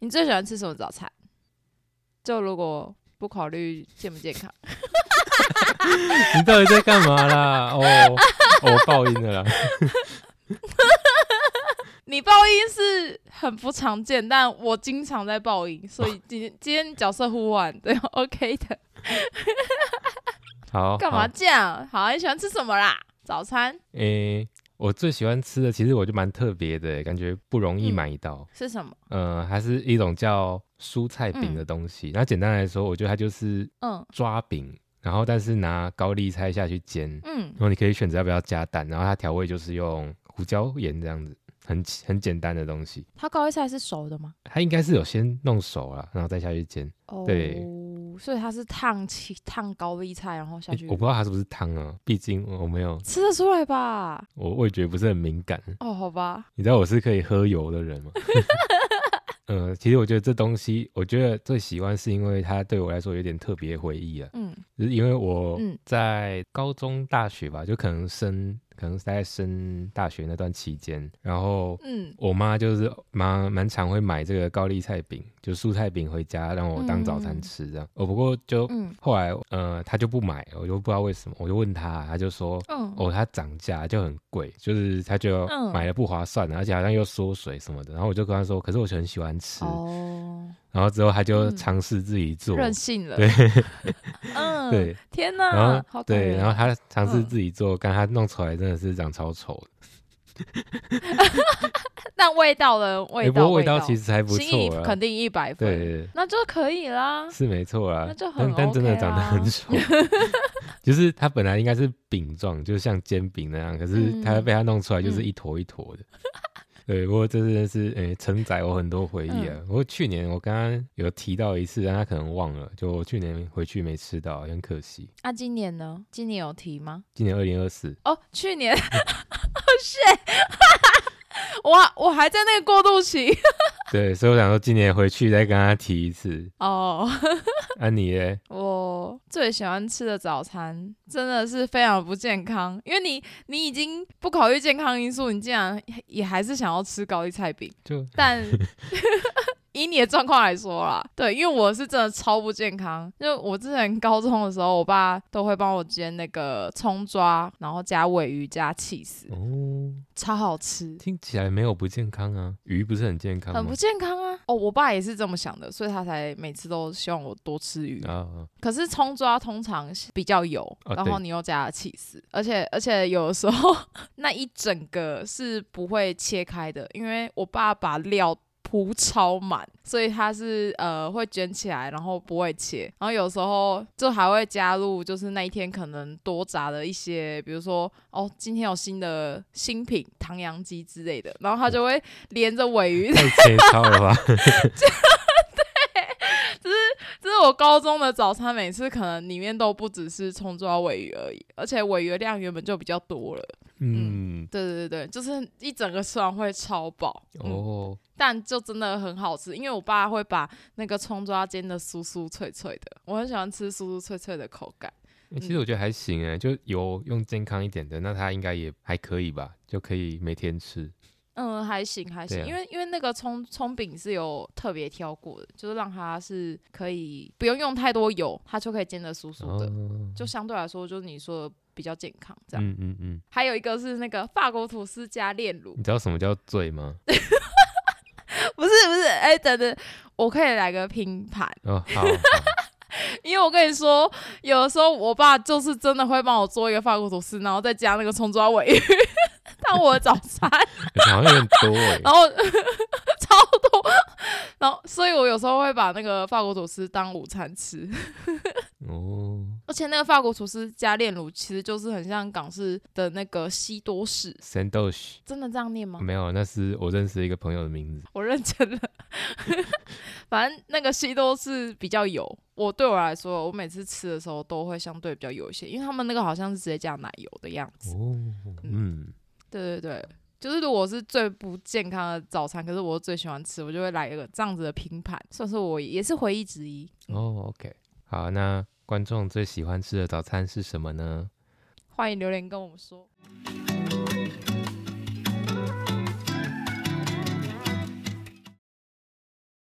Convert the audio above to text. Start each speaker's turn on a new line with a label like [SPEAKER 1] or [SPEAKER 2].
[SPEAKER 1] 你最喜欢吃什么早餐？就如果不考虑健不健康，
[SPEAKER 2] 你到底在干嘛啦？哦，我、报应了啦！
[SPEAKER 1] 你报应是很不常见，但我经常在报应，所以今天今天角色互换，对，OK 的。
[SPEAKER 2] 好，
[SPEAKER 1] 干嘛
[SPEAKER 2] 哦好？
[SPEAKER 1] 这样？好，你喜欢吃什么啦？早餐
[SPEAKER 2] 诶、我最喜欢吃的，其实我就蛮特别的，欸感觉不容易
[SPEAKER 1] 嗯
[SPEAKER 2] 买到。
[SPEAKER 1] 是什么？
[SPEAKER 2] 呃，还是一种叫蔬菜饼的东西。那简单来说，我觉得它就是
[SPEAKER 1] 嗯
[SPEAKER 2] 抓饼，然后但是拿高丽菜下去煎，
[SPEAKER 1] 嗯
[SPEAKER 2] 然后你可以选择要不要加蛋，然后它调味就是用胡椒盐这样子，很很简单的东西。
[SPEAKER 1] 它高丽菜是熟的吗？
[SPEAKER 2] 它应该是有先弄熟了，然后再下去煎。
[SPEAKER 1] 哦
[SPEAKER 2] 对
[SPEAKER 1] 所以它是烫起烫高丽菜，然后下去
[SPEAKER 2] 我不知道它是不是汤啊，毕竟我没有，
[SPEAKER 1] 吃得出来吧？
[SPEAKER 2] 我味觉不是很敏感。
[SPEAKER 1] 哦，好吧，
[SPEAKER 2] 你知道我是可以喝油的人吗？ 呃，其实我觉得这东西，我觉得最喜欢是因为它对我来说有点特别回忆啊。
[SPEAKER 1] 嗯
[SPEAKER 2] 就是因为我
[SPEAKER 1] 嗯
[SPEAKER 2] 在高中、大学吧，就可能升，可能是在升大学那段期间，然后
[SPEAKER 1] 嗯
[SPEAKER 2] 我妈就是蛮蛮常会买这个高丽菜饼，就蔬菜饼回家让我当早餐吃这样。哦，不过就
[SPEAKER 1] 嗯
[SPEAKER 2] 后来呃，她就不买，我就不知道为什么，我就问她，她就说。
[SPEAKER 1] 嗯，
[SPEAKER 2] 哦，它涨价就很贵，就是她就
[SPEAKER 1] 嗯
[SPEAKER 2] 买了不划算、而且好像又缩水什么的。然后我就跟她说，可是我就很喜欢吃。
[SPEAKER 1] 哦，
[SPEAKER 2] 然后之后她就
[SPEAKER 1] 嗯
[SPEAKER 2] 尝试自己做，
[SPEAKER 1] 任性了，
[SPEAKER 2] 对
[SPEAKER 1] 嗯，
[SPEAKER 2] 对，，
[SPEAKER 1] 天
[SPEAKER 2] 然
[SPEAKER 1] 哪，
[SPEAKER 2] 后
[SPEAKER 1] 啊好感
[SPEAKER 2] 对，
[SPEAKER 1] 人
[SPEAKER 2] 然后他尝试
[SPEAKER 1] 嗯
[SPEAKER 2] 自己做，但他弄出来真的是长超丑的。
[SPEAKER 1] 但味道的
[SPEAKER 2] 哎
[SPEAKER 1] 味
[SPEAKER 2] 不
[SPEAKER 1] 道，
[SPEAKER 2] 过味
[SPEAKER 1] 道
[SPEAKER 2] 其实还不
[SPEAKER 1] 心意
[SPEAKER 2] 错啊
[SPEAKER 1] 肯，定一百
[SPEAKER 2] 对
[SPEAKER 1] 分，
[SPEAKER 2] 对，
[SPEAKER 1] 那就可以啦
[SPEAKER 2] 对。是没错啊
[SPEAKER 1] 那就，很
[SPEAKER 2] 但但真的
[SPEAKER 1] OK
[SPEAKER 2] 长得很
[SPEAKER 1] 啊
[SPEAKER 2] 丑， 就是它本来应该是饼状，就像煎饼那样，可是它
[SPEAKER 1] 嗯
[SPEAKER 2] 被它弄出来就是
[SPEAKER 1] 嗯
[SPEAKER 2] 一坨一坨的。 对，不过这真的是诶、承载我很多回忆
[SPEAKER 1] 嗯
[SPEAKER 2] 啊。不过去年我刚刚有提到一次，但他可能忘了，就我去年回去没吃到，很可惜。
[SPEAKER 1] 那啊今年呢？今年有提吗？
[SPEAKER 2] 今年二零二四，
[SPEAKER 1] 哦，去 年，哦 shit，我我还在那个过渡期。
[SPEAKER 2] 对，所以我想说今年回去再跟他提一次。
[SPEAKER 1] 哦，
[SPEAKER 2] 安、啊、妮嘞，
[SPEAKER 1] 我最喜欢吃的早餐真的是非常不健康，因为你你已经不考虑健康因素，你竟然也还是想要吃高丽菜饼。
[SPEAKER 2] 就
[SPEAKER 1] 但以你的状况来说啦，对，因为我是真的超不健康。就我之前高中的时候，我爸都会帮我煎那个葱抓，然后加尾鱼加起司，
[SPEAKER 2] 哦。
[SPEAKER 1] 超好吃，
[SPEAKER 2] 听起来没有不健康啊，鱼不是很健康吗？
[SPEAKER 1] 很不健康啊。哦，我爸也是这么想的，所以他才每次都希望我多吃鱼。
[SPEAKER 2] 啊，
[SPEAKER 1] 可是葱抓通常是比较油，
[SPEAKER 2] 哦
[SPEAKER 1] 然后
[SPEAKER 2] 对
[SPEAKER 1] 你又加了起司，而且而且有的时候 那一整个是不会切开的，因为我爸把料铺超满，所以它是呃会卷起来，然后不会切，然后有时候就还会加入，就是那一天可能多炸的一些，比如说哦今天有新的新品唐扬鸡之类的，然后他就会连着尾鱼
[SPEAKER 2] 太切超 了吧？
[SPEAKER 1] 这是我高中的早餐，每次可能里面都不只是葱抓尾鱼而已，而且尾鱼的量原本就比较多了。
[SPEAKER 2] 嗯，
[SPEAKER 1] 对对对，对就是一整个吃完会超饱。嗯，
[SPEAKER 2] 哦，
[SPEAKER 1] 但就真的很好吃，因为我爸会把那个葱抓煎的酥酥脆脆的，我很喜欢吃酥酥脆脆的口感。
[SPEAKER 2] 欸其
[SPEAKER 1] 嗯
[SPEAKER 2] 实我觉得还行哎，就有用健康一点的，那它应该也还可以吧，就可以每天吃。
[SPEAKER 1] 嗯，还行还行，
[SPEAKER 2] 对啊
[SPEAKER 1] 因为因为那个葱葱饼是有特别挑过的，就是让它是可以不用用太多油，它就可以煎的酥酥
[SPEAKER 2] 哦
[SPEAKER 1] 的，，就相对来说就是你说的比较健康这样。
[SPEAKER 2] 嗯嗯嗯，
[SPEAKER 1] 还有一个是那个法国吐司加炼乳
[SPEAKER 2] 你，知道什么叫醉吗？
[SPEAKER 1] 不是不是，哎、等等，我可以来个拼盘，
[SPEAKER 2] 哦，好，好
[SPEAKER 1] 因为我跟你说，有的时候我爸就是真的会帮我做一个法国吐司，然后再加那个葱抓尾鱼 当我的早餐，
[SPEAKER 2] 好像有点多 哎。
[SPEAKER 1] 然后超多，然后所以我有时候会把那个法国吐司当午餐吃，
[SPEAKER 2] 哦
[SPEAKER 1] 而且那个法国吐司加炼乳其实就是很像港式的那个西多士，
[SPEAKER 2] ，Sandosh
[SPEAKER 1] 真的这样念吗？
[SPEAKER 2] 没有，那是我认识一个朋友的名字。
[SPEAKER 1] 我认真了。 反正那个西都是比较油，我对我来说，我每次吃的时候都会相对比较油一些，因为他们那个好像是直接加奶油的样子。
[SPEAKER 2] 哦，嗯，
[SPEAKER 1] 对对对，就是如果是最不健康的早餐，可是我最喜欢吃，我就会来一个这样子的拼盘，算是我也是回忆之一。
[SPEAKER 2] 哦，OK，好，那观众最喜欢吃的早餐是什么呢？
[SPEAKER 1] 欢迎留言跟我们说。